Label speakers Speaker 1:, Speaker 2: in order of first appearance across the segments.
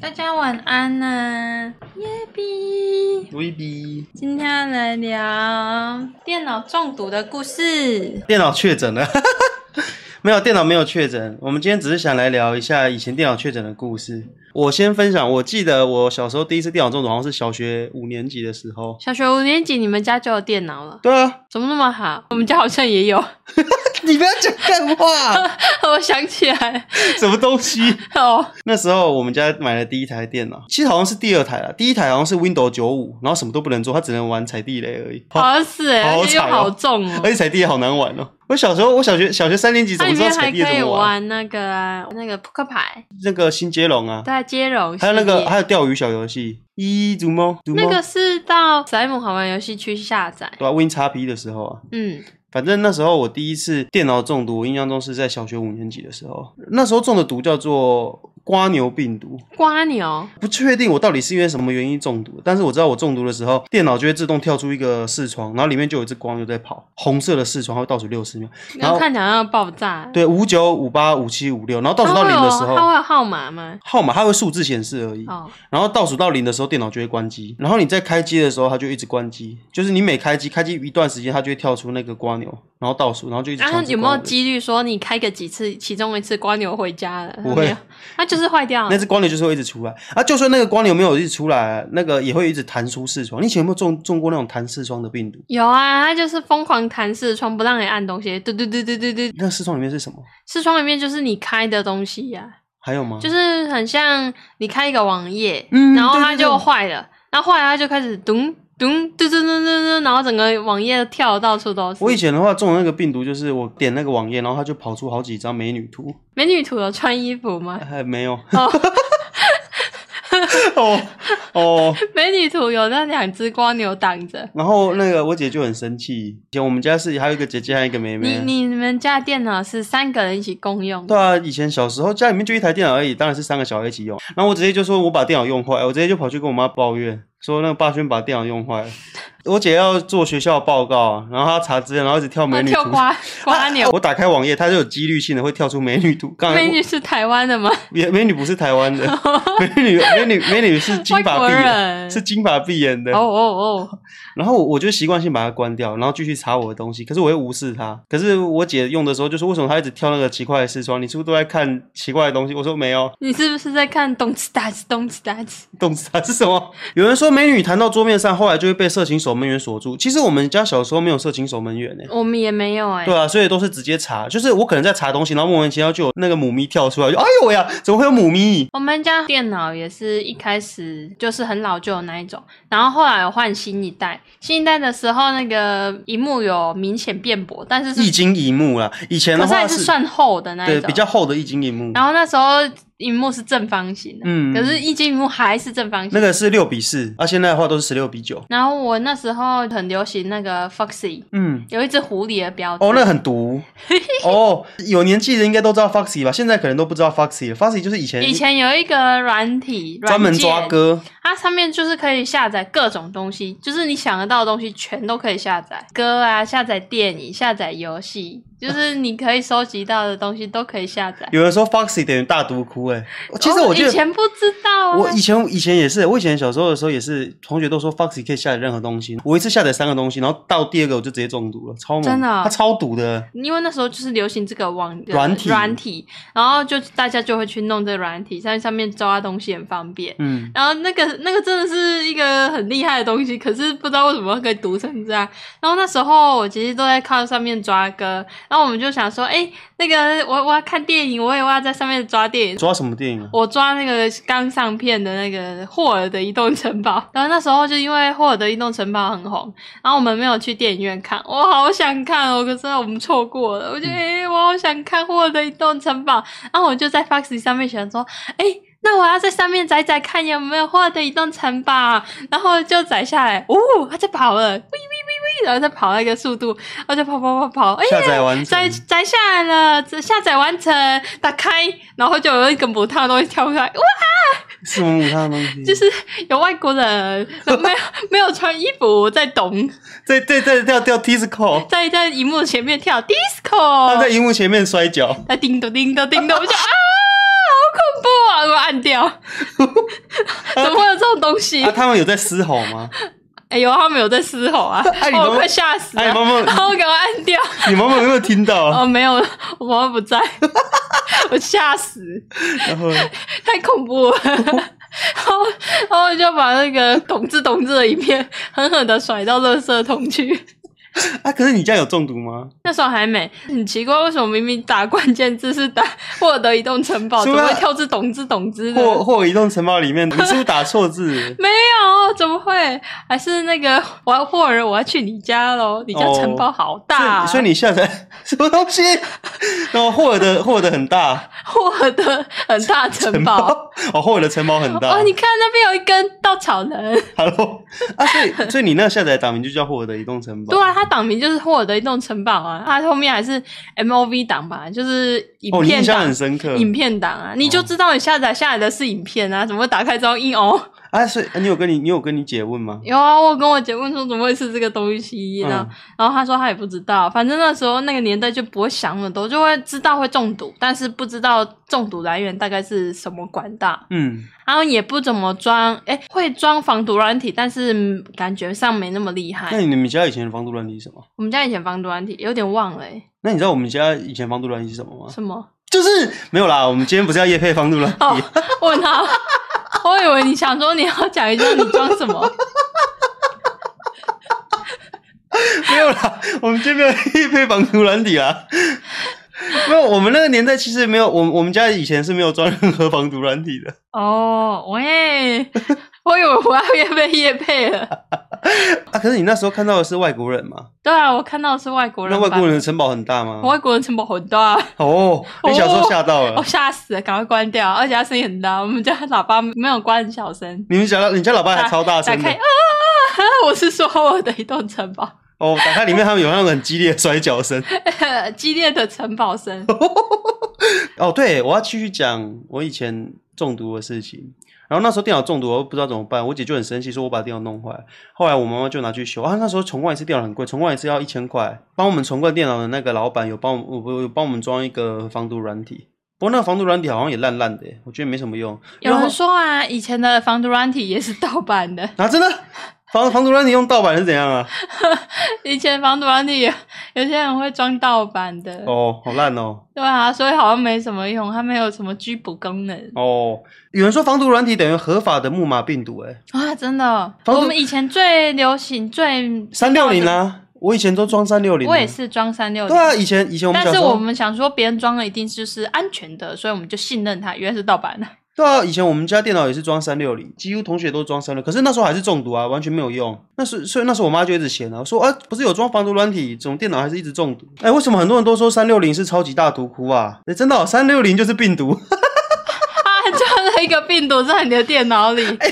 Speaker 1: 大家晚安呐、耶比！
Speaker 2: 威逼，
Speaker 1: 今天要来聊电脑中毒的故事。
Speaker 2: 电脑确诊了， 没有电脑没有确诊。我们今天只是想来聊一下以前电脑确诊的故事。我先分享，我记得我小时候第一次电脑中毒好像是小学五年级的时候。
Speaker 1: 小学五年级，你们家就有电脑了？
Speaker 2: 对啊，
Speaker 1: 怎么那么好？我们家好像也有。
Speaker 2: 你不要讲干话，
Speaker 1: 我想起来
Speaker 2: 什么东西？
Speaker 1: 哦，
Speaker 2: 那时候我们家买了第一台电脑，其实好像是第二台啦，第一台好像是 Windows 九五，然后什么都不能做，它只能玩踩地雷而已。
Speaker 1: 好像是哎、
Speaker 2: 好
Speaker 1: 而且又
Speaker 2: 惨哦
Speaker 1: 好重哦、
Speaker 2: 而且踩地雷好难玩哦。我小时候，我小学小学三年级怎
Speaker 1: 它
Speaker 2: 么
Speaker 1: 里
Speaker 2: 知道
Speaker 1: 面还
Speaker 2: 踩地雷
Speaker 1: 可
Speaker 2: 怎
Speaker 1: 以
Speaker 2: 么玩？
Speaker 1: 玩那个啊，那个扑克牌，
Speaker 2: 那个新接龙啊，
Speaker 1: 对，接龙系列，
Speaker 2: 还有那个还有钓鱼小游戏，一竹猫，竹猫
Speaker 1: 那个是到史莱姆好玩游戏区下载。
Speaker 2: 对啊，Win 叉 P 的时候啊，
Speaker 1: 嗯，
Speaker 2: 反正那时候我第一次电脑中毒，我印象中是在小学五年级的时候，那时候中的毒叫做瓜牛病毒，
Speaker 1: 瓜牛，
Speaker 2: 不确定我到底是因为什么原因中毒，但是我知道我中毒的时候，电脑就会自动跳出一个视窗，然后里面就有一只瓜牛在跑，红色的视窗它会倒数六十秒，然
Speaker 1: 然
Speaker 2: 后
Speaker 1: 后看起来好像爆炸。
Speaker 2: 对五九五八五七五六，然后倒
Speaker 1: 它
Speaker 2: 数到
Speaker 1: 会
Speaker 2: 零
Speaker 1: 有
Speaker 2: 的时
Speaker 1: 哦它
Speaker 2: 候。
Speaker 1: 会有号码吗？
Speaker 2: 号码它会数字显示而已，
Speaker 1: 哦，
Speaker 2: 然后倒数到零的时候，电脑就会关机。然后你在开机的时候，它就一直关机，就是你每开机，开机一段时间，它就会跳出那个瓜牛，然后倒数，然后就一直
Speaker 1: 然
Speaker 2: 重
Speaker 1: 后
Speaker 2: 置
Speaker 1: 啊有没
Speaker 2: 瓜
Speaker 1: 有
Speaker 2: 牛
Speaker 1: 几率说你开个几次，其中一次瓜牛回家了？
Speaker 2: 不会
Speaker 1: 没有，它就是坏掉
Speaker 2: 那
Speaker 1: 了。
Speaker 2: 只光牛就是会一直出来啊，就算那个光牛没有一直出来，那个也会一直弹出视窗。你以前有没有中中过那种弹视窗的病毒？
Speaker 1: 有啊，它就是疯狂弹视窗，不让你按东西。对对对对对对，
Speaker 2: 那视窗里面是什么？
Speaker 1: 视窗里面就是你开的东西呀、
Speaker 2: 还有吗？
Speaker 1: 就是很像你开一个网页，
Speaker 2: 哦嗯
Speaker 1: 然后它
Speaker 2: 对对
Speaker 1: 就
Speaker 2: 对
Speaker 1: 坏了，然后坏了它就开始咚咚咚咚咚咚咚，然后整个网页跳得到处都是。
Speaker 2: 我以前的话中的那个病毒就是我点那个网页，然后它就跑出好几张美女图，
Speaker 1: 美女图有穿衣服吗？
Speaker 2: 还没有
Speaker 1: 哦，
Speaker 2: 哦哦。
Speaker 1: 美女图有那两只瓜牛挡着。
Speaker 2: 然后那个我姐就很生气，以前我们家是还有一个姐姐，还有一个妹
Speaker 1: 你
Speaker 2: 妹。
Speaker 1: 你们家电脑是三个人一起共用的
Speaker 2: 对啊，以前小时候家里面就一台电脑而已，当然是三个小孩一起用。然后我直接就说我把电脑用坏，我直接就跑去跟我妈抱怨，说那个霸轩把电脑用坏了。我姐要做学校报告，然后她查资料，然后一直跳美
Speaker 1: 那
Speaker 2: 女
Speaker 1: 跳
Speaker 2: 图。
Speaker 1: 瓜瓜 牛，
Speaker 2: 我打开网页，它就有几率性的会跳出美女图。刚才
Speaker 1: 美女是台湾的吗？
Speaker 2: 美美女不是 台湾的，美女美女美女是金
Speaker 1: 外
Speaker 2: 发
Speaker 1: 国
Speaker 2: 碧
Speaker 1: 人
Speaker 2: 眼，是金发碧眼的。
Speaker 1: 哦哦哦，
Speaker 2: 然后我就习惯性把它关掉，然后继续查我的东西。可是我会无视它。可是我姐用的时候就说：“为什么她一直跳那个奇怪的视窗？你是不是都在看奇怪的东西？”我说：“没有，
Speaker 1: 你是不是在看动次打次动次打次？
Speaker 2: 动词啊 它是什么？有人说美女弹到桌面上，后来就会被色情守门员锁住。其实我们家小时候没有色情守门员呢、
Speaker 1: 我们也没有哎、
Speaker 2: 对啊，所以都是直接查，就是我可能在查东西，然后莫名其妙就有那个母咪跳出来，就哎呦喂呀，怎么会有母咪？
Speaker 1: 我们家电脑也是一开始就是很老旧的那一种，然后后来有换新一代，新一代的时候那个荧幕有明显变薄，但是
Speaker 2: 一
Speaker 1: 是
Speaker 2: 惊一幕啦，以前
Speaker 1: 可
Speaker 2: 的
Speaker 1: 是还
Speaker 2: 话
Speaker 1: 是算厚的那一
Speaker 2: 对
Speaker 1: 种，
Speaker 2: 比较厚的一惊一幕，
Speaker 1: 然后那时候荧幕是正方形的，
Speaker 2: 嗯
Speaker 1: 可是液晶荧幕还是正方形
Speaker 2: 那。个是六比四，啊，现在的话都是十六比九。
Speaker 1: 然后我那时候很流行那个 Foxy，
Speaker 2: 嗯，
Speaker 1: 有一只狐狸的标志。
Speaker 2: 哦，那很毒 哦。有年纪的应该都知道 Foxy 吧？现在可能都不知道 Foxy 了。Foxy 就是以前
Speaker 1: 以前有一个软体，
Speaker 2: 专门抓
Speaker 1: 软件，
Speaker 2: 歌，
Speaker 1: 它上面就是可以下载各种东西，就是你想得到的东西全都可以下载，歌啊，下载电影，下载游戏，就是你可以收集到的东西都可以下载。
Speaker 2: 有人说 Foxy 等于大毒窟、欸。哎，其实
Speaker 1: 哦
Speaker 2: 我觉
Speaker 1: 以
Speaker 2: 得
Speaker 1: 前不知道啊，
Speaker 2: 我以前以前也是，我以前小时候的时候也是，同学都说 Foxy 可以下载任何东西，我一次下载三个东西，然后到第二个我就直接中毒了，超猛，
Speaker 1: 真的啊
Speaker 2: 它超毒的。
Speaker 1: 因为那时候就是流行这个网
Speaker 2: 软体
Speaker 1: 软体，然后就大家就会去弄这个软体，在上面抓东西很方便。
Speaker 2: 嗯，
Speaker 1: 然后那个那个真的是一个很厉害的东西，可是不知道为什么可以读成这样。然后那时候我其实都在靠上面抓歌，然后我们就想说，哎，那个我我要看电影，我也我要在上面抓电影。
Speaker 2: 抓什么电影啊？
Speaker 1: 我抓那个刚上片的那个霍尔的移动城堡， 然后那时候就因为霍尔的移动城堡很红，然后我们没有去电影院看，我好想看哦，可是我们错过了。我觉得，哎、我好想看霍尔的移动城堡，然后我就在 Foxy 上面想说，哎、那我要在上面载载看有没有霍尔的移动城堡，然后就载下来，哦，它在跑了，喂喂喂喂，然后再跑那个速度，然后就跑跑跑跑，哎、
Speaker 2: 下载完成
Speaker 1: 摘摘下来了，这下载完成，打开，然后就有一个母汤的东西跳出来，哇，
Speaker 2: 什么武汉的东西？
Speaker 1: 就是有外国人没 有没有穿衣服在懂，
Speaker 2: 在在在跳跳 disco，
Speaker 1: 在在荧幕前面跳
Speaker 2: 他在
Speaker 1: disco，
Speaker 2: 荧幕前面摔跤。
Speaker 1: 在叮咚叮咚叮咚，我就啊，好恐怖啊！话给我按掉， 怎么会有这种东西？
Speaker 2: 啊，他们有在嘶吼 吗？
Speaker 1: 哎呦，他们有在嘶吼啊！
Speaker 2: 哎你
Speaker 1: 哦
Speaker 2: 妈
Speaker 1: 我
Speaker 2: 妈
Speaker 1: 快吓死了！
Speaker 2: 哎你妈妈
Speaker 1: 然后我给我按掉。
Speaker 2: 你妈妈有没有听到？
Speaker 1: 哦，没有，我妈妈不 在，我吓死，
Speaker 2: 然后
Speaker 1: 太恐怖 了。然后，然后我就把那个懂字懂字的一片狠狠的甩到垃圾桶去。
Speaker 2: 啊，可是你家有中毒吗？
Speaker 1: 那时候还没，很奇怪，为什么明明打关键字是打 获得移动城堡，
Speaker 2: 是
Speaker 1: 怎
Speaker 2: 吗
Speaker 1: 么会跳至懂字懂字的？
Speaker 2: 或或移动城堡里 面，你是不是打错字？
Speaker 1: 没有，怎么会？还是那个我要霍尔，我要去你家喽！你家
Speaker 2: 哦
Speaker 1: 城堡好大、啊
Speaker 2: 所以所以你下载 什么东西？然后霍尔的霍尔的很大，
Speaker 1: 霍尔的很大城
Speaker 2: 城
Speaker 1: 堡。
Speaker 2: 堡哦，霍尔的城堡很大。
Speaker 1: 哦，你看那边有一根稻草人，
Speaker 2: Hello 啊，所以所以你那下载档名就叫霍尔的移动城堡。
Speaker 1: 对啊，它党名就是霍尔的移动城堡啊，它后面还是 M O V 档吧，就是影
Speaker 2: 哦，你印
Speaker 1: 片
Speaker 2: 象
Speaker 1: 档、
Speaker 2: 很深刻。哦
Speaker 1: 影片档啊，你就知道你下载下来的是影片啊，怎么会打开之后硬哦？
Speaker 2: 啊，所以你有跟你你有跟你姐问吗？
Speaker 1: 有啊，我跟我姐问说怎么会是这个东西呢？
Speaker 2: 嗯
Speaker 1: 然后她说她也不知道，反正那时候那个年代就不会想那么多，就会知道会中毒，但是不知道中毒来源大概是什么管道。
Speaker 2: 嗯，
Speaker 1: 然后也不怎么装，哎，会装防毒软体，但是嗯感觉上没那么厉害
Speaker 2: 那。你们家以前的防毒软体是什么？
Speaker 1: 我们家以前防毒软体有点忘了，哎，
Speaker 2: 那你知道我们家以前防毒软体是什么吗？
Speaker 1: 什么？
Speaker 2: 就是没有啦，我们今天不是要夜配防毒软
Speaker 1: 哦
Speaker 2: 体，，
Speaker 1: 问他，我以为你想说你要讲一句你装什么，
Speaker 2: 没有啦，我们今天没有夜配防毒软体啦。没有，我们那个年代其实没有，我我们家以前是没有装任何防毒软体的。
Speaker 1: 哦，喂， 我以为我要夜被夜配了。
Speaker 2: 啊，可是你那时候看到的是外国人嘛？
Speaker 1: 对啊，我看到的是外国
Speaker 2: 那
Speaker 1: 人，
Speaker 2: 外国人，的城堡很大吗？
Speaker 1: 外国人成本很大，
Speaker 2: 哦，你小时候吓到了。
Speaker 1: 我、吓死了，赶快关掉，而且他声音很大，我们家喇叭没有关很小声，
Speaker 2: 你们家你家老爸还超大
Speaker 1: 打
Speaker 2: 声
Speaker 1: 开
Speaker 2: 的
Speaker 1: 啊， 我是说我的移动城堡。
Speaker 2: 哦，打开里面他们有那种很激烈的摔跤声。
Speaker 1: 激烈的城堡声。
Speaker 2: 哦，对，我要继续讲我以前中毒的事情。然后那时候电脑中毒，我不知道怎么办，我姐就很生气，说我把电脑弄坏。后来我妈妈就拿去修啊。那时候重灌一次电脑很贵，重灌一次要一千块。帮我们重灌电脑的那个老板有帮我，我有帮我们装一个防毒软体。不过那个防毒软体好像也烂烂的，我觉得没什么用。
Speaker 1: 有
Speaker 2: 然后
Speaker 1: 人说啊，以前的防毒软体也是盗版的，
Speaker 2: 啊，真的防防毒软体用盗版是怎样啊？
Speaker 1: 以前防毒软体有有些人会装盗版的，
Speaker 2: 哦，好烂哦
Speaker 1: 对啊，所以好像没什么用，它没有什么拘捕功能
Speaker 2: 哦。有人说防毒软体等于合法的木马病毒，哎，
Speaker 1: 啊，真的。
Speaker 2: 防毒
Speaker 1: 我们以前最流行最
Speaker 2: 三六零啊，我以前都装三六零。
Speaker 1: 我也是装三六
Speaker 2: 对啊，
Speaker 1: 零。
Speaker 2: 以前以前我们
Speaker 1: 但
Speaker 2: 小时
Speaker 1: 是
Speaker 2: 候
Speaker 1: 我们想说，别人装的一定就是安全的，所以我们就信任它，原来是盗版的。
Speaker 2: 对啊，以前我们家电脑也是装三六零，几乎同学都装三六，可是那时候还是中毒啊，完全没有用。那是所以那时候我妈就一直嫌啊，说啊，不是有装防毒软体，怎么电脑还是一直中毒？哎，为什么很多人都说三六零是超级大毒窟啊？哎，真的、哦，三六零就是病毒，
Speaker 1: 啊，装了一个病毒在你的电脑里，
Speaker 2: 哎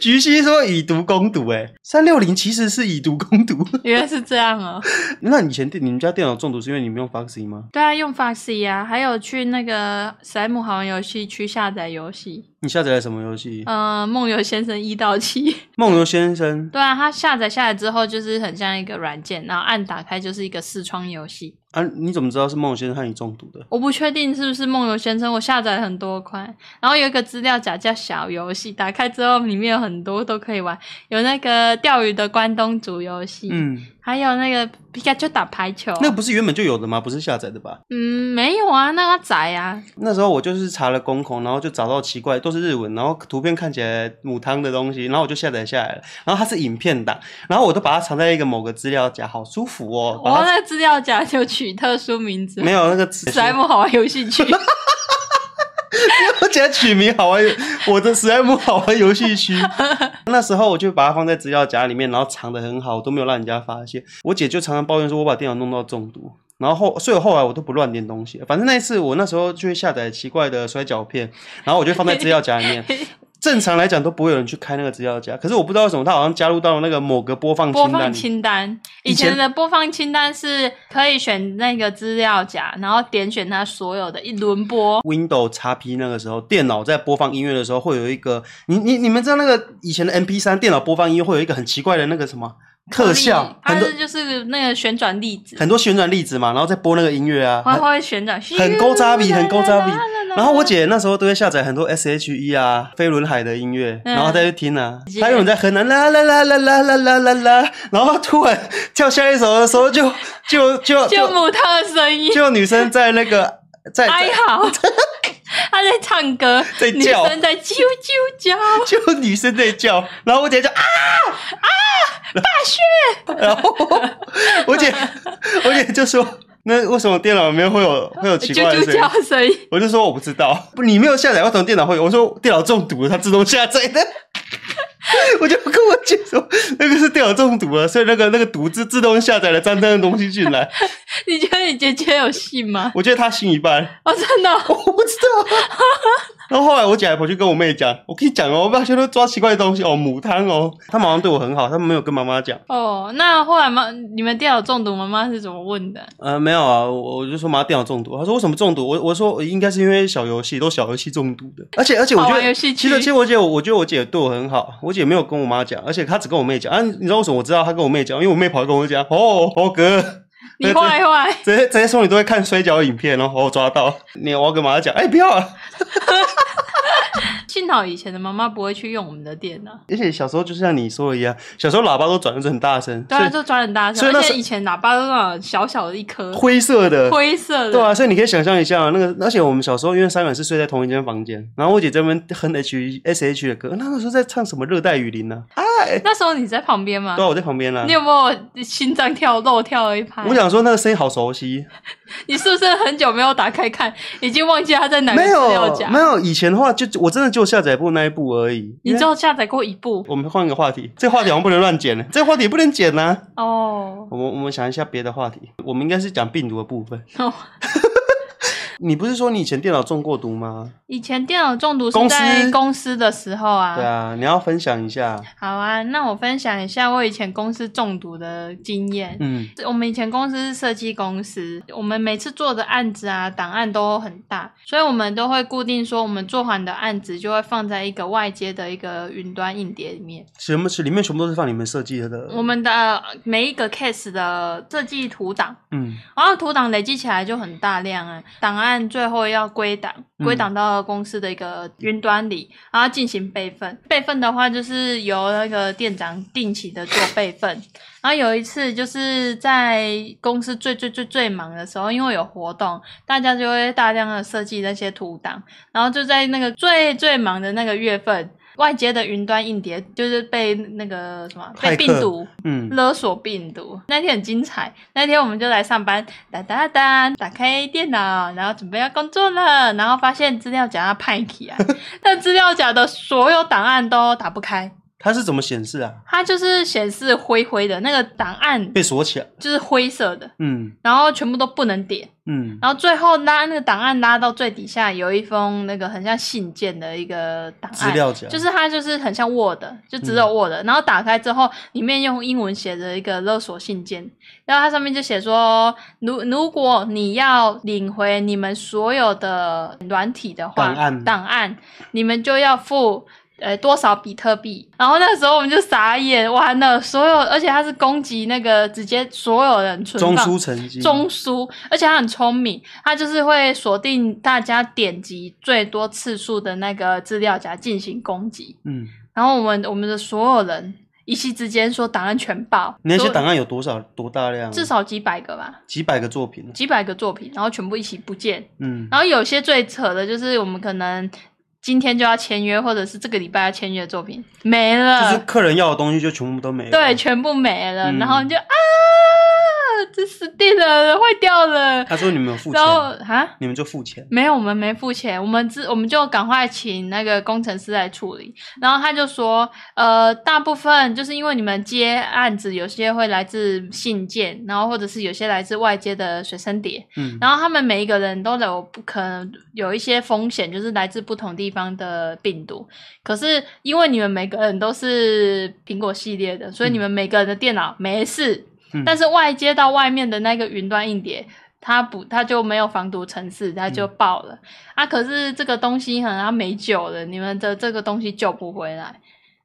Speaker 2: 菊溪说以毒攻毒、哎，三六零其实是以毒攻毒。
Speaker 1: 原来是这样哦。
Speaker 2: 那以前电你们家电脑中毒是因为你们用 Foxy 吗？
Speaker 1: 对啊，用 Foxy 啊，还有去那个史莱姆好玩游戏区下载游戏，
Speaker 2: 你下载了什么游戏？
Speaker 1: 呃，梦游先生一到七。
Speaker 2: 梦游先生。
Speaker 1: 对啊，它下载下来之后就是很像一个软件，然后按打开就是一个视窗游戏。
Speaker 2: 啊，你怎么知道是梦游先生害你中毒的？
Speaker 1: 我不确定是不是梦游先生，我下载了很多款，然后有一个资料夹叫小游戏，打开之后里面有很多都可以玩，有那个钓鱼的关东煮游戏，
Speaker 2: 嗯，
Speaker 1: 还有那个皮卡丘打排球。
Speaker 2: 那个不是原本就有的吗？不是下载的吧？
Speaker 1: 嗯，没有啊，那个宅啊，
Speaker 2: 那时候我就是查了公孔，然后就找到奇怪都是日文，然后图片看起来母汤的东西，然后我就下载下来了。然后它是影片档，然后我都把它藏在一个某个资料夹，好舒服哦。
Speaker 1: 我
Speaker 2: 把它
Speaker 1: 那个资料夹就取特殊名字。
Speaker 2: 没有那个史
Speaker 1: 史莱姆好玩游戏区，
Speaker 2: 我给它取名好玩，我的史莱姆好玩游戏区。那时候我就把它放在资料夹里面，然后藏得很好，我都没有让人家发现。我姐就常常抱怨说，我把电脑弄到中毒。然后后，所以后来我都不乱点东西。反正那一次，我那时候就会下载奇怪的摔跤片，然后我就放在资料夹里面。正常来讲都不会有人去开那个资料夹，可是我不知道为什么它好像加入到那个某个播放
Speaker 1: 播
Speaker 2: 清单
Speaker 1: 放
Speaker 2: 里。
Speaker 1: 清单。
Speaker 2: 以
Speaker 1: 以
Speaker 2: 前
Speaker 1: 前的播放清单是可以选那个资料夹，然后点选它所有的一轮播。
Speaker 2: Windows XP 那个时候，电脑在播放音乐的时候，会有一个你你你们知道那个以前的 MP 3电脑播放音乐会有一个很奇怪的那个什么特效，
Speaker 1: 它
Speaker 2: 很多
Speaker 1: 是就是那个旋转粒子，
Speaker 2: 很多旋转粒子嘛，然后再播那个音乐啊，
Speaker 1: 它
Speaker 2: 很
Speaker 1: 会旋转，
Speaker 2: 很勾扎比很勾扎比
Speaker 1: 啦
Speaker 2: 然后我姐那时候都会下载很多 S.H.E 啊、飞轮海的音乐，
Speaker 1: 嗯
Speaker 2: 然后她就听啊，她有人在哼啊啦啦啦啦啦啦啦啦啦，然后突然跳下一首的时候就就就
Speaker 1: 就母汤的声音，
Speaker 2: 就女生在那个在在
Speaker 1: 哀嚎，她在唱歌，
Speaker 2: 在
Speaker 1: 女
Speaker 2: 叫
Speaker 1: 生在啾啾叫，
Speaker 2: 就女生在叫，然后我姐就啊啊，大 雪，然后我姐我姐就说，那为什么电脑里面会有会有奇
Speaker 1: 啾
Speaker 2: 怪的
Speaker 1: 啾
Speaker 2: 声音
Speaker 1: 叫？声音。
Speaker 2: 我就说我不知道，不，你没有下载，为什么电脑会有？我说电脑中毒了，它自动下载的。 我就跟我姐说，那个是电脑中毒了，所以那个那个毒自自动下载了脏脏的东西进来。
Speaker 1: 你觉得你姐姐有戏吗？
Speaker 2: 我觉得她信一半，
Speaker 1: 哦，真的哦、
Speaker 2: 我不知道。然后后来我姐还跑去跟我妹讲，我跟你讲哦，我爸全都抓奇怪的东西哦，母汤哦。他们好像对我很好，他们没有跟妈妈讲。
Speaker 1: 哦，那后来妈，你们电脑中毒，妈妈是怎么问的？
Speaker 2: 呃，没有啊，我我就说妈电脑中毒。她说为什么中毒？我我说应该是因为小游戏，都小游戏中毒的。而且而且我
Speaker 1: 好
Speaker 2: 觉
Speaker 1: 玩游
Speaker 2: 得，
Speaker 1: 戏
Speaker 2: 其
Speaker 1: 区
Speaker 2: 实其实我姐我觉得我姐对我很好，我姐没有跟我妈讲，而且她只跟我妹讲。啊，你知道为什么我知道她跟我妹讲？因为我妹跑来跟我讲，哦，猴哥。
Speaker 1: 你坏坏，
Speaker 2: 直接直接说你都会看摔跤影片，然后我抓到你，我要跟妈妈讲，哎、不要啊！
Speaker 1: 幸好以前的妈妈不会去用我们的电脑，
Speaker 2: 而且小时候就像你说的一样，小时候喇叭都转的很大声，
Speaker 1: 对啊，
Speaker 2: 所
Speaker 1: 就转很大
Speaker 2: 所
Speaker 1: 声，
Speaker 2: 以那
Speaker 1: 而
Speaker 2: 时
Speaker 1: 且以前喇叭都那种小小的一颗
Speaker 2: 以灰色的，
Speaker 1: 灰色的，
Speaker 2: 对啊，所以你可以想象一下那个，而且我们小时候因为三个人是睡在同一间房间，然后我姐这边哼 H S H 的歌，那个时候在唱什么热带雨林呢、啊？
Speaker 1: 那时候你在旁边吗
Speaker 2: 对？啊，我在旁边啦、
Speaker 1: 你有没有心脏跳漏跳了一拍？
Speaker 2: 我想说那个声音好熟悉，
Speaker 1: 你是不是很久没有打开看，已经忘记它在哪个
Speaker 2: 没
Speaker 1: 资料
Speaker 2: 有
Speaker 1: 夹？
Speaker 2: 没有，以前的话就我真的就下载部那一部而已。
Speaker 1: 你
Speaker 2: 因为
Speaker 1: 只有下载过一部
Speaker 2: 我们换个话题，这个话题我们不能乱剪了，这个话题也不能剪呐、
Speaker 1: 哦。
Speaker 2: 我们我们想一下别的话题，我们应该是讲病毒的部分。
Speaker 1: 哦
Speaker 2: 你不是说你以前电脑中过毒吗？
Speaker 1: 以前电脑中毒是
Speaker 2: 公司
Speaker 1: 在公司的时候啊。
Speaker 2: 对啊，你要分享一下。
Speaker 1: 好啊，那我分享一下我以前公司中毒的经验。
Speaker 2: 嗯
Speaker 1: 我们以前公司是设计公司，我们每次做的案子啊，档案都很大，所以我们都会固定说，我们做完的案子就会放在一个外接的一个云端硬碟里面。
Speaker 2: 什么是里面全部都是放你们设计的？
Speaker 1: 我们的呃每一个 case 的设计图档，
Speaker 2: 嗯
Speaker 1: 然后图档累积起来就很大量啊，档案最后要归档，
Speaker 2: 嗯
Speaker 1: 归档到公司的一个云端里，然后进行备份。备份的话，就是由那个店长定期的做备份。然后有一次就是在公司最最最最忙的时候，因为有活动，大家就会大量的设计那些图档，然后就在那个最最忙的那个月份。外接的云端硬碟就是被那个什么被
Speaker 2: 骇客
Speaker 1: 病毒
Speaker 2: 嗯，
Speaker 1: 勒索病毒。那天很精彩，那天我们就来上班，哒哒哒，打开电脑，然后准备要工作了，然后发现资料夹要派起来，但资料夹的所有档案都打不开，
Speaker 2: 它是怎么显示啊？
Speaker 1: 它就是显示灰灰的那个档案，
Speaker 2: 被锁起来。
Speaker 1: 就是灰色的，
Speaker 2: 嗯
Speaker 1: 然后全部都不能点。
Speaker 2: 嗯
Speaker 1: 然后最后拉那个档案拉到最底下，有一封那个很像信件的一个档
Speaker 2: 资
Speaker 1: 案。
Speaker 2: 料夹
Speaker 1: 哎就是它就是很像 Word，就只有 Word，、然后
Speaker 2: 嗯
Speaker 1: 打开之后，里面用英文写着一个勒索信件，然后它上面就写说，如如果你要领回你们所有的软体的话，
Speaker 2: 档案
Speaker 1: 档案你们就要付。呃，多少比特币？然后那时候我们就傻眼，完了，所有，而且它是攻击那个直接所有人存
Speaker 2: 中
Speaker 1: 放
Speaker 2: 枢成绩，
Speaker 1: 中枢，而且他很聪明，他就是会锁定大家点击最多次数的那个资料夹进行攻击。
Speaker 2: 嗯，
Speaker 1: 然后我们我们的所有人一夕之间说档案全爆，
Speaker 2: 你那些
Speaker 1: 所
Speaker 2: 档案有多少多大量啊？
Speaker 1: 至少几百个吧，
Speaker 2: 几百个作品啊。
Speaker 1: 几百个作品，然后全部一起不见。
Speaker 2: 嗯
Speaker 1: 然后有些最扯的就是我们可能今天就要签约，或者是这个礼拜要签约的作品没了，
Speaker 2: 就是客人要的东西就全部都没了。
Speaker 1: 对，全部没了。
Speaker 2: 嗯
Speaker 1: 然后你就啊，这死定了，坏掉了。
Speaker 2: 他说你们有付钱
Speaker 1: 然，后啊，
Speaker 2: 你们就付钱。
Speaker 1: 没有，我们没付钱，我们只我们就赶快请那个工程师来处理。然后他就说，呃，大部分就是因为你们接案子，有些会来自信件，然后或者是有些来自外接的随身碟，
Speaker 2: 嗯
Speaker 1: 然后他们每一个人都有不可能有一些风险，就是来自不同地方的病毒。可是因为你们每个人都是苹果系列的，所以你们每个人的电脑没事，
Speaker 2: 嗯
Speaker 1: 但是外接到外面的那个云端硬碟，它不，它就没有防毒城市，它就爆
Speaker 2: 嗯
Speaker 1: 了、啊！可是这个东西可能它没救了，你们的这个东西救不回来。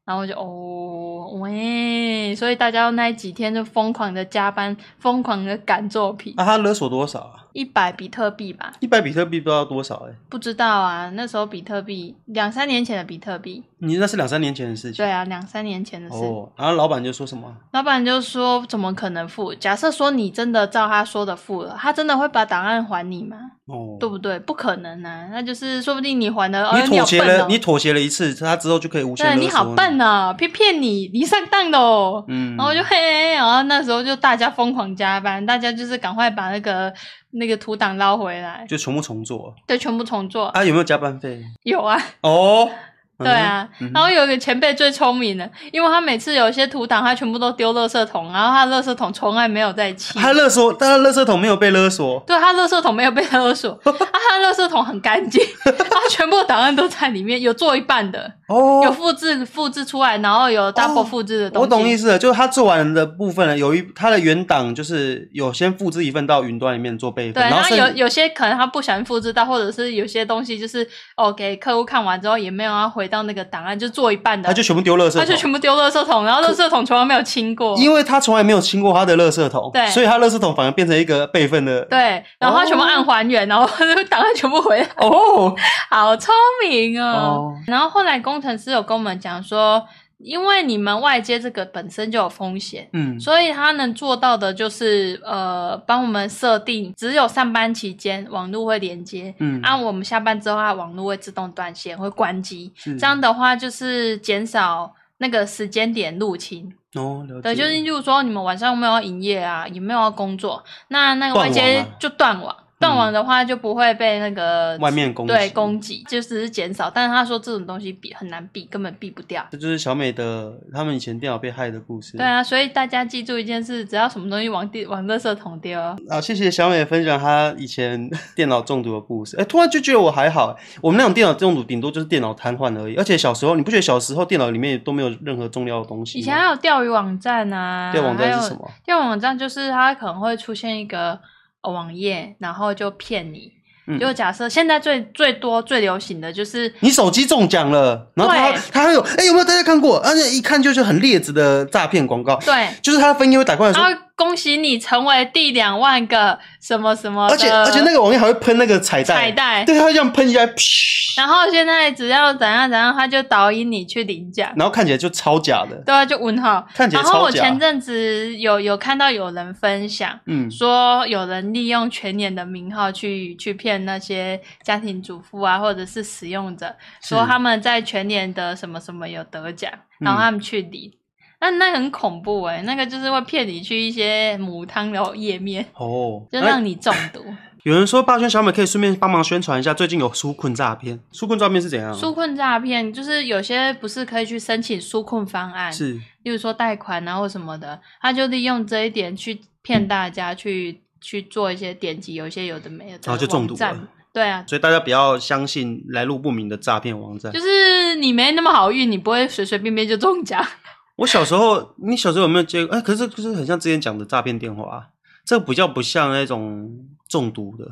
Speaker 1: 然后我就哦喂，所以大家那几天就疯狂的加班，疯狂的赶作品，
Speaker 2: 啊，他勒索多少啊？
Speaker 1: 一百比特币吧，
Speaker 2: 一百比特币不知道多少哎、
Speaker 1: 不知道啊，那时候比特币两三年前的比特币，
Speaker 2: 你那是两三年前的事情。
Speaker 1: 对啊，两三年前的事。
Speaker 2: 哦，然后老板就说什么？
Speaker 1: 老板就说：“怎么可能付？假设说你真的照他说的付了，他真的会把档案还你吗？
Speaker 2: 哦，
Speaker 1: 对不对？不可能啊！那就是说不定你还了，哦
Speaker 2: 你妥协了，
Speaker 1: 你
Speaker 2: 你妥协了一次，他之后就可以无
Speaker 1: 好笨哦
Speaker 2: 限
Speaker 1: 对，
Speaker 2: 勒索
Speaker 1: 你好笨哦，骗骗你，你上当的哦。
Speaker 2: 嗯，
Speaker 1: 然后我就嘿，然后那时候就大家疯狂加班，大家就是赶快把那个那个图档捞回来，
Speaker 2: 就重不重做
Speaker 1: 对，全部重做。
Speaker 2: 啊？有没有加班费？
Speaker 1: 有啊，
Speaker 2: 哦，
Speaker 1: 对啊，
Speaker 2: 嗯哼
Speaker 1: 然后有一个前辈最聪明的，因为他每次有一些图档，他全部都丢垃圾桶，然后他的垃圾桶从来没有在清。
Speaker 2: 他勒索，但他垃圾桶没有被勒索，
Speaker 1: 对他垃圾桶没有被 勒索，啊，他的垃圾桶很干 净，他全部档案都在里面，有做一半的，有
Speaker 2: 哦，
Speaker 1: 复制复制出来，然后有 double 复制的东西。
Speaker 2: 我懂意思了，就是他做完的部分呢，有一他的原档就是有先复制一份到云端里面做备
Speaker 1: 对，
Speaker 2: 份，
Speaker 1: 然
Speaker 2: 后
Speaker 1: 后有
Speaker 2: 剩
Speaker 1: 有些可能他不想复制到，或者是有些东西就是哦给客户看完之后也没有要回到那个档案，就做一半的，
Speaker 2: 他就全部丢垃圾
Speaker 1: 他就
Speaker 2: 桶。
Speaker 1: 全部丢垃圾桶，然后垃圾桶从来没有清过。
Speaker 2: 因为他从来没有清过他的垃圾桶，
Speaker 1: 对
Speaker 2: 所以他垃圾桶反而变成一个备份的。
Speaker 1: 对，然后他全部按还原，然后 档案全部回来，
Speaker 2: 哦
Speaker 1: 好聪明哦。
Speaker 2: 哦，
Speaker 1: 然后后来工程师有跟我们讲说，因为你们外接这个本身就有风险，
Speaker 2: 嗯，
Speaker 1: 所以他能做到的就是呃，帮我们设定只有上班期间网络会连接，
Speaker 2: 嗯
Speaker 1: 按、我们下班之后，它网络会自动断线，会关机。
Speaker 2: 是
Speaker 1: 这样的话就是减少那个时间点入侵。
Speaker 2: 哦，了解。
Speaker 1: 对，就是例如说你们晚上有没有要营业啊，也没有要工作，那那个外
Speaker 2: 断网
Speaker 1: 接
Speaker 2: 啊
Speaker 1: 就断网。断网的话就不会被那个
Speaker 2: 外面攻击
Speaker 1: 对攻击，就只是减少。但是他说这种东西避很难避，根本避不掉。
Speaker 2: 这就是小美的他们以前电脑被害的故事。
Speaker 1: 对啊，所以大家记住一件事：只要什么东西往地往垃圾桶丢，
Speaker 2: 啊，谢谢小美分享她以前 电脑中毒的故事。哎、突然就觉得我还好、我们那种电脑中毒顶多就是电脑瘫痪而已。而且小时候，你不觉得小时候电脑里面都没有任何重要的东西吗？
Speaker 1: 以前还有钓鱼网站啊，
Speaker 2: 电脑网站
Speaker 1: 还
Speaker 2: 是
Speaker 1: 有
Speaker 2: 什么？
Speaker 1: 钓鱼网站就是它可能会出现一个呃网页，然后就骗你。
Speaker 2: 嗯
Speaker 1: 就假设现在最最多最流行的就是
Speaker 2: 你手机中奖了，然后他
Speaker 1: 对
Speaker 2: 他还有哎、有没有大家看过？而、且一看就是很劣质的诈骗广告，
Speaker 1: 对，
Speaker 2: 就是他分页会打过来
Speaker 1: 然
Speaker 2: 说，
Speaker 1: 后恭喜你成为第两万个什么什么的
Speaker 2: 而且而且那个网页还会喷那个彩带，
Speaker 1: 彩带。
Speaker 2: 对，他会这样喷一下，噗
Speaker 1: 然后现在只要怎样怎样，他就导引你去领奖，
Speaker 2: 然后看起来就超假的，
Speaker 1: 对啊，就问号。
Speaker 2: 看起来
Speaker 1: 然后
Speaker 2: 超
Speaker 1: 我
Speaker 2: 假。
Speaker 1: 前阵子有有看到有人分享，
Speaker 2: 嗯，
Speaker 1: 说有人利用全年的名号去去骗那些家庭主妇啊，或者是使用者，
Speaker 2: 是嗯
Speaker 1: 说他们在全年的什么什么有得奖，然后他们去领。那那很恐怖哎、那个就是会骗你去一些母汤的页面，
Speaker 2: 哦，
Speaker 1: 就
Speaker 2: 那
Speaker 1: 让你中毒。
Speaker 2: 有人说霸轩小美可以顺便帮忙宣传一下，最近有纾困诈骗。纾困诈骗是怎样？
Speaker 1: 纾困诈骗就是有些不是可以去申请纾困方案，
Speaker 2: 是
Speaker 1: 例如说贷款啊或什么的，他就利用这一点去骗大家去去做一些点击，有一些有的没有的
Speaker 2: 然后就中毒
Speaker 1: 网站
Speaker 2: 了。
Speaker 1: 对啊，
Speaker 2: 所以大家不要相信来路不明的诈骗网站。
Speaker 1: 就是你没那么好运，你不会随随便便就中奖。
Speaker 2: 我小时候，你小时候有没有接过？哎、可是可是很像之前讲的诈骗电话、啊，这个比较不像那种中毒的，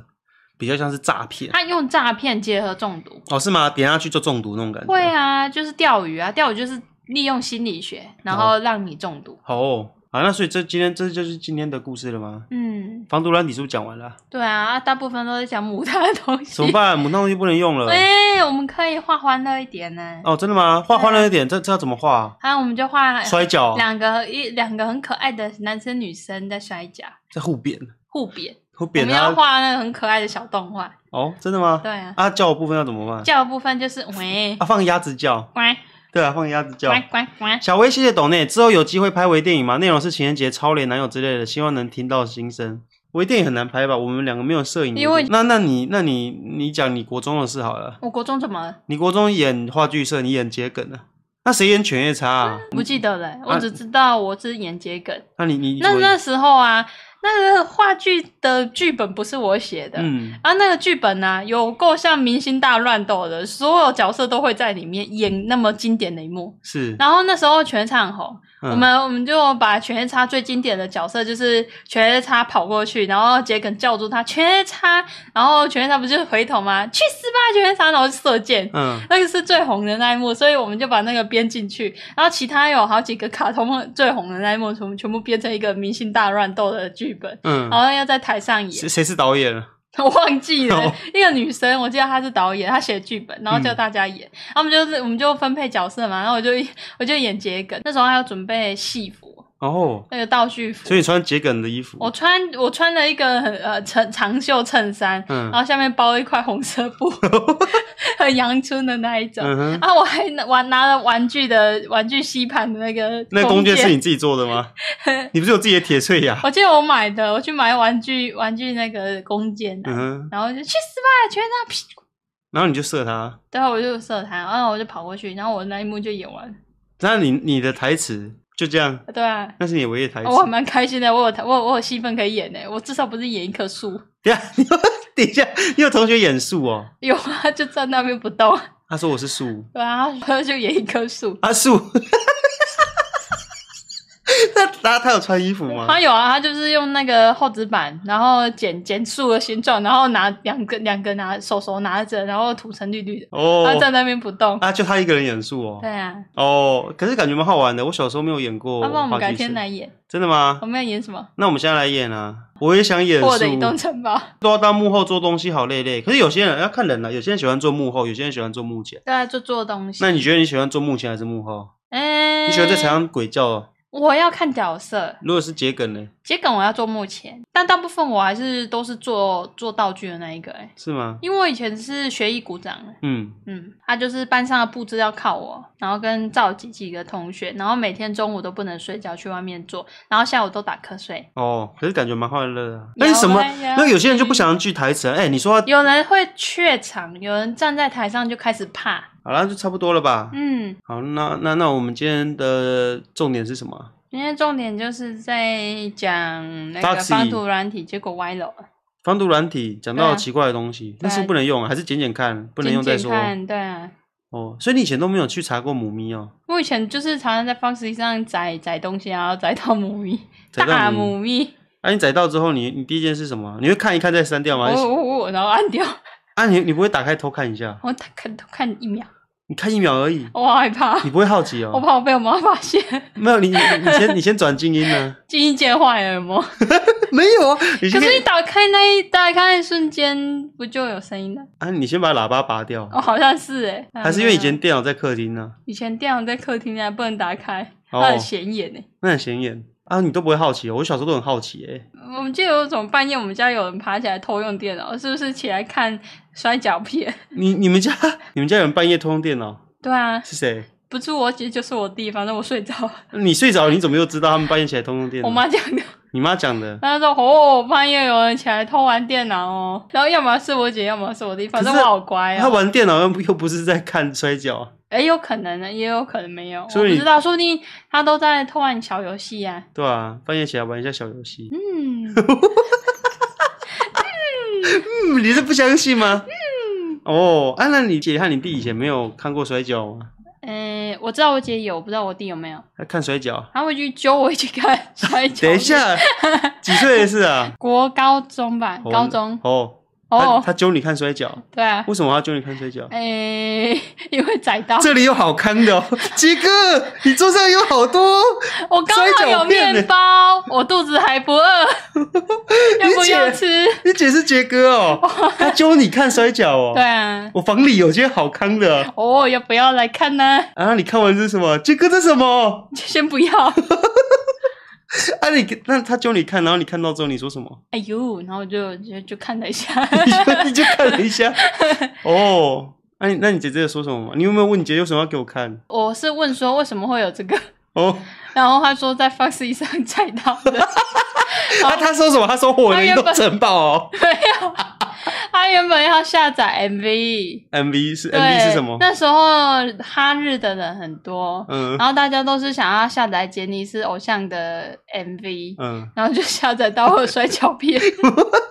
Speaker 2: 比较像是诈骗。
Speaker 1: 他用诈骗结合中毒，
Speaker 2: 哦，是吗？点下去就中毒那种感觉。
Speaker 1: 会。啊，就是钓鱼啊，钓鱼就是利用心理学，然后让你中毒。
Speaker 2: 哦，好，那所以这今天这就是今天的故事了吗？
Speaker 1: 嗯，
Speaker 2: 防毒软体是不是讲完了？
Speaker 1: 对啊，大部分都在讲母汤的东西。
Speaker 2: 怎么？办？母汤东西不能用了。
Speaker 1: 哎、我们可以画欢乐一点呢。
Speaker 2: 哦，真的吗？画欢乐一点，这这要怎么画？
Speaker 1: 啊，我们就画
Speaker 2: 摔跤，
Speaker 1: 啊
Speaker 2: 啊
Speaker 1: 两个一两个很可爱的男生女生在摔跤
Speaker 2: 在互扁，
Speaker 1: 互扁，
Speaker 2: 互
Speaker 1: 我
Speaker 2: 扁啊
Speaker 1: 们
Speaker 2: 他
Speaker 1: 要。画那个很可爱的小动画。
Speaker 2: 哦，真的吗？
Speaker 1: 对啊，
Speaker 2: 啊，叫的部分要怎么办？
Speaker 1: 叫的部分就是喂
Speaker 2: 啊，放鸭子叫，
Speaker 1: 乖
Speaker 2: 对啊，放鸭子叫
Speaker 1: 乖。乖乖，
Speaker 2: 小薇，谢谢董内，之后有机会拍微电影吗？内容是情人节、超联男友之类的，希望能听到心声。微电影很难拍吧？我们两个没有摄影的
Speaker 1: 因为
Speaker 2: 那那你那你你讲你国中的事好了。
Speaker 1: 我国中怎么了？
Speaker 2: 你国中演话剧社，你演桔梗啊？那谁演犬夜叉啊？
Speaker 1: 不记得了欸、
Speaker 2: 啊
Speaker 1: 我只知道我是演桔梗。
Speaker 2: 那你你
Speaker 1: 那
Speaker 2: 我
Speaker 1: 那时候啊，那个话剧的剧本不是我写的。
Speaker 2: 嗯，
Speaker 1: 啊，那个剧本呢、有够像《明星大乱斗》的，所有角色都会在里面演那么经典的一幕。
Speaker 2: 是
Speaker 1: 然后那时候全场红，
Speaker 2: 嗯
Speaker 1: 我们我们就把犬夜叉最经典的角色就是犬夜叉跑过去，然后桔梗叫住他犬夜叉，然后犬夜叉不就回头吗？去死吧犬夜叉，然后就射箭，
Speaker 2: 嗯
Speaker 1: 那个是最红的那一幕，所以我们就把那个编进去，然后其他有好几个卡通最红的那一幕，全部全部编成一个明星大乱斗的剧本，
Speaker 2: 嗯
Speaker 1: 哦然，后要在台上演。
Speaker 2: 谁谁是导演啊？
Speaker 1: 我忘记了
Speaker 2: 哦
Speaker 1: 一个女生，我记得她是导演，她写剧本，然后叫
Speaker 2: 嗯
Speaker 1: 大家演，他们就是我们就分配角色嘛，然后我就我就演桔梗，那时候还要准备戏服，
Speaker 2: 哦，
Speaker 1: 那个道具服，
Speaker 2: 所以你穿桔梗的衣服，
Speaker 1: 我穿我穿了一个很呃长长袖衬衫，
Speaker 2: 嗯
Speaker 1: 然后下面包一块红色 布，很阳春的那一种。
Speaker 2: 嗯哼，
Speaker 1: 啊！我还拿玩拿了玩具的玩具吸盘的那个
Speaker 2: 那弓箭是你自己做 的吗？你不是有自己的铁碎牙？
Speaker 1: 我记得我买的，我去买玩具玩具那个弓箭啊、
Speaker 2: 嗯哼，
Speaker 1: 然后就去死吧，全让屁股。
Speaker 2: 然后你就射他。
Speaker 1: 对啊，我就射他，然后我就跑过去，然后我那一幕就演完。
Speaker 2: 那你你的台词就这样，
Speaker 1: 对啊，
Speaker 2: 那是你唯一的台词。
Speaker 1: 我还蛮开心的，我有我有我有戏份可以演呢，我至少不是演一棵树。
Speaker 2: 等一下，你有等一下，你有同学演树哦？
Speaker 1: 有啊，就站那边不动。
Speaker 2: 他说我是树，
Speaker 1: 对啊，他就演一棵树。
Speaker 2: 啊树。 那他他有穿衣服吗
Speaker 1: 他？有啊，他就是用那个厚纸板，然后剪剪树的形状，然后拿两个两个拿手手拿着，然后涂成绿绿的，
Speaker 2: 哦，
Speaker 1: 他站在那边不动。
Speaker 2: 啊，就他一个人演树哦
Speaker 1: 对。啊，
Speaker 2: 哦，可是感觉蛮好玩的。我小时候没有演过
Speaker 1: 那、
Speaker 2: 话
Speaker 1: 不然
Speaker 2: 剧社。
Speaker 1: 我们改天来演，
Speaker 2: 真的吗
Speaker 1: 我？们要演什么？
Speaker 2: 那我们现在来演啊！我也想演
Speaker 1: 我
Speaker 2: 树，
Speaker 1: 的移动城堡。
Speaker 2: 都要当幕后做东西，好累累。可是有些人要看人了、啊有些人喜欢做幕后，有些人喜欢做幕前。
Speaker 1: 对啊，就做东西。
Speaker 2: 那你觉得你喜欢做幕前还是幕后？
Speaker 1: 嗯，
Speaker 2: 你喜欢在台？上鬼叫哦？
Speaker 1: 我要看角色，
Speaker 2: 如果是桔梗呢？
Speaker 1: 桔梗我要做幕前，但大部分我还是都是做做道具的那一个、欸，
Speaker 2: 是吗？
Speaker 1: 因为我以前是学艺鼓掌、欸，
Speaker 2: 嗯，
Speaker 1: 嗯，他、就是班上的布置要靠我，然后跟召集几个同学，然后每天中午都不能睡觉，去外面做，然后下午都打瞌睡。
Speaker 2: 哦，可是感觉蛮快乐的啊。
Speaker 1: 有
Speaker 2: 那是什么
Speaker 1: 啊？有
Speaker 2: 那有些人就不想去台词啊。哎、你说
Speaker 1: 有人会怯场，有人站在台上就开始怕。
Speaker 2: 好了，就差不多了吧？
Speaker 1: 嗯，
Speaker 2: 好，那那那我们今天的重点是什么啊？
Speaker 1: 今天重点就是在讲那个
Speaker 2: Taxi
Speaker 1: 方图软体，结果歪楼了，
Speaker 2: 防毒软体讲
Speaker 1: 对
Speaker 2: 到
Speaker 1: 啊
Speaker 2: 奇怪的东西，
Speaker 1: 对
Speaker 2: 但
Speaker 1: 啊
Speaker 2: 是不能用啊，还是剪剪看，不能用再
Speaker 1: 剪
Speaker 2: 说
Speaker 1: 剪看，对啊。
Speaker 2: 哦。所以你以前都没有去查过母咪哦，
Speaker 1: 我以前就是常常在 Foxy 上载载东西，然后载到母咪，
Speaker 2: 载到
Speaker 1: 大
Speaker 2: 母
Speaker 1: 母咪，
Speaker 2: 那、啊你载到之后你，你第一件是什么？你会看一看再删掉
Speaker 1: 我
Speaker 2: 吗？还是
Speaker 1: 我哦我，然后按掉，
Speaker 2: 啊，你你不会打开偷看一下？
Speaker 1: 我打看都看一秒，
Speaker 2: 你看一秒而已，
Speaker 1: 我好害怕，
Speaker 2: 你不会好奇哦？
Speaker 1: 我怕我被我妈发现，
Speaker 2: 没有，你你你先你先转静音呢、
Speaker 1: 基因键坏了有没有
Speaker 2: 没有啊，你
Speaker 1: 可
Speaker 2: 先
Speaker 1: 是你打开那一打开一瞬间，不就有声音了？
Speaker 2: 啊，你先把喇叭拔掉，
Speaker 1: 哦，好像是哎、
Speaker 2: 还是因为以前电脑在客厅呢、
Speaker 1: 以前电脑在客厅啊还不能打开，
Speaker 2: 哦
Speaker 1: 它很显眼哎、
Speaker 2: 那很显眼啊，你都不会好奇、哦，我小时候都很好奇哎、
Speaker 1: 我们记得有一种半夜我们家有人爬起来偷用电脑，是不是起来看摔跤片？
Speaker 2: 你你们家你们家有人半夜偷用电脑
Speaker 1: 对啊，
Speaker 2: 是谁？
Speaker 1: 不是我姐就是我弟，反正我睡着了。
Speaker 2: 你睡着了你怎么又知道他们半夜起来偷用电脑？
Speaker 1: 我妈讲的，
Speaker 2: 你妈讲的。
Speaker 1: 她说：“哦，半夜有人起来偷玩电脑哦。”然后要么是我姐，要么是我弟，反正
Speaker 2: 可
Speaker 1: 我
Speaker 2: 是
Speaker 1: 好乖
Speaker 2: 他
Speaker 1: 哦。
Speaker 2: 玩电脑又不又不是在看 摔跤，
Speaker 1: 哎，有可能呢，也有可能没有，我
Speaker 2: 所
Speaker 1: 不
Speaker 2: 以
Speaker 1: 知道，说不定他都在偷玩小游戏呀、
Speaker 2: 对啊，半夜起来玩一下小游戏。
Speaker 1: 嗯，
Speaker 2: 嗯，你是不相信吗？嗯。哦，啊，那你姐和你弟以前没有看过摔跤吗？
Speaker 1: 哎，我知道我姐有，不知道我弟有没有。
Speaker 2: 还看摔 跤？
Speaker 1: 他会去揪我去看 摔跤。
Speaker 2: 等一，下， 几岁的事啊？
Speaker 1: 国高中吧，
Speaker 2: 哦
Speaker 1: 高中
Speaker 2: 哦。他
Speaker 1: 哦，
Speaker 2: 他揪你看摔跤，
Speaker 1: 对啊，
Speaker 2: 为什么他揪你看摔跤？
Speaker 1: 哎， 因为载到
Speaker 2: 这里有好看 的哦，杰哥，你桌上有好多哦，
Speaker 1: 我刚好
Speaker 2: 摔
Speaker 1: 有
Speaker 2: 跤片呢
Speaker 1: 面包，我肚子还不 饿，要不要吃？
Speaker 2: 你姐是杰哥 哦，他揪你看摔跤哦。
Speaker 1: 对啊，
Speaker 2: 我房里有些好康的啊
Speaker 1: 哦，要不要来看呢？
Speaker 2: 啊，你看完是什么？杰哥这是什么？
Speaker 1: 就先不要。
Speaker 2: 啊你，那他揪你看，然后你看到之后你说什么？
Speaker 1: 哎呦，然后我就就就看了一下，
Speaker 2: 你就 你就看了一下，哦，那、你那你姐姐有说什么吗？你有没有问你姐姐有什么要给我看？
Speaker 1: 我是问说为什么会有这个，
Speaker 2: 哦，
Speaker 1: 然后他说在 Foxy 上踩到的，
Speaker 2: 啊，她说什么？她说我
Speaker 1: 她
Speaker 2: 的
Speaker 1: 原
Speaker 2: 移动
Speaker 1: 本
Speaker 2: 城堡哦
Speaker 1: 没有，他原本要下载 MV。
Speaker 2: ，MV 是
Speaker 1: 对
Speaker 2: MV 是什么？
Speaker 1: 那时候哈日的人很多，
Speaker 2: 嗯
Speaker 1: 然后大家都是想要下载杰尼斯偶像的 MV，、
Speaker 2: 嗯，
Speaker 1: 然后就下载到我的摔跤片，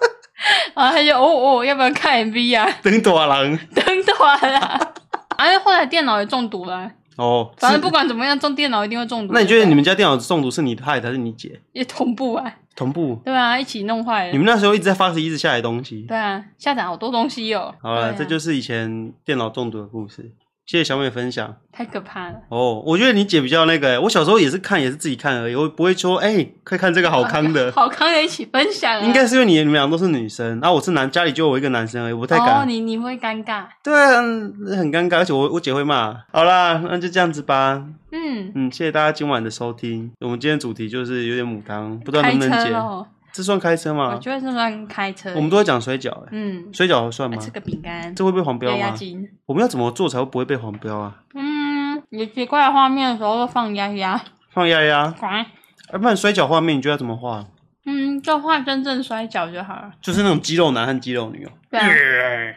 Speaker 1: 然后他就哦哦，要不要看 MV 啊？
Speaker 2: 灯多郎
Speaker 1: 灯短啦。啊，后来电脑也中毒了，
Speaker 2: 哦，
Speaker 1: 反正
Speaker 2: 是
Speaker 1: 不。管怎么样，中电脑一定会中毒。
Speaker 2: 那你觉得你们家电脑中毒是你害的还是你姐
Speaker 1: 也同步啊？
Speaker 2: 同步？
Speaker 1: 对啊，一起弄坏
Speaker 2: 你
Speaker 1: 了。啊
Speaker 2: 们那时候一直在发一直下来东西。
Speaker 1: 对啊，下载好多东西哦。
Speaker 2: 好了，
Speaker 1: 对啊
Speaker 2: 这就是以前电脑中毒的故事。谢谢小美分享。
Speaker 1: 太可怕了。
Speaker 2: 哦，我觉得你姐比较那个、欸，我小时候也是看，也是自己看而已，我不会说，哎、快看这个好康的。
Speaker 1: 好康也一起分享、啊。
Speaker 2: 应该是因为你你们俩都是女生，啊，我是男，家里就我一个男生而已，我不太敢。
Speaker 1: 哦，你你会尴尬。
Speaker 2: 对啊，嗯很尴尬，而且我我姐会骂。好啦，那就这样子吧。
Speaker 1: 嗯，
Speaker 2: 嗯，谢谢大家今晚的收听。我们今天主题就是有点母汤，不知道
Speaker 1: 开
Speaker 2: 能不能
Speaker 1: 车
Speaker 2: 解。
Speaker 1: 喽，
Speaker 2: 这算开车
Speaker 1: 我
Speaker 2: 吗？
Speaker 1: 觉得是算开车。
Speaker 2: 我们都在讲水饺、欸，
Speaker 1: 嗯，
Speaker 2: 水饺算
Speaker 1: 来
Speaker 2: 吗
Speaker 1: 吃？个饼干，
Speaker 2: 这会被黄标
Speaker 1: 压压
Speaker 2: 吗？
Speaker 1: 惊。
Speaker 2: 我们要怎么做才会不会被黄标啊？
Speaker 1: 嗯，有奇怪的画面的时候就放压压，
Speaker 2: 放鸭鸭，
Speaker 1: 乖。
Speaker 2: 啊，不然水饺画面你觉得要怎么画？
Speaker 1: 嗯，就画真正摔跤就好了。
Speaker 2: 就是那种肌肉男和肌肉女哦、
Speaker 1: 对啊，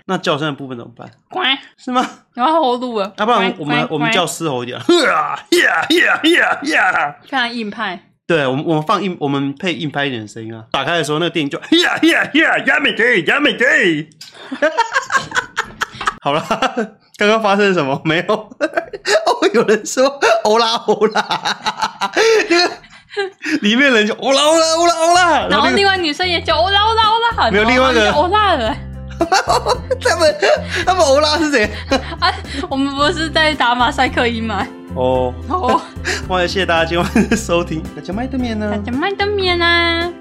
Speaker 2: 那叫声的部分怎么办？
Speaker 1: 乖，
Speaker 2: 是吗？
Speaker 1: 然后后路了。
Speaker 2: 要、啊不然
Speaker 1: 乖
Speaker 2: 我们
Speaker 1: 乖
Speaker 2: 我们
Speaker 1: 乖
Speaker 2: 叫嘶吼一点，啊呀呀呀呀呀！
Speaker 1: 非常硬派。
Speaker 2: 对，我们我们放硬，我们配硬拍一点的声音啊。打开的时候，那个电影就 呀呀呀呀美给呀美给。好啦， 刚刚发生了什么？没有。 哦，有人说欧啦欧啦， 那个里面人就欧啦哦欧啦欧啦欧啦，
Speaker 1: 然后
Speaker 2: 那个
Speaker 1: 另外女生也叫欧啦欧啦欧啦，
Speaker 2: 没
Speaker 1: 然
Speaker 2: 有
Speaker 1: 后
Speaker 2: 另外一
Speaker 1: 他
Speaker 2: 个
Speaker 1: 们就欧啦了。
Speaker 2: 他们他们欧啦是谁？
Speaker 1: 啊，我们不是在打马赛克音吗？
Speaker 2: 哦，
Speaker 1: 哦，
Speaker 2: 哇，谢谢大家今晚的收听，大家麦德面呢
Speaker 1: 大？家麦当面啊。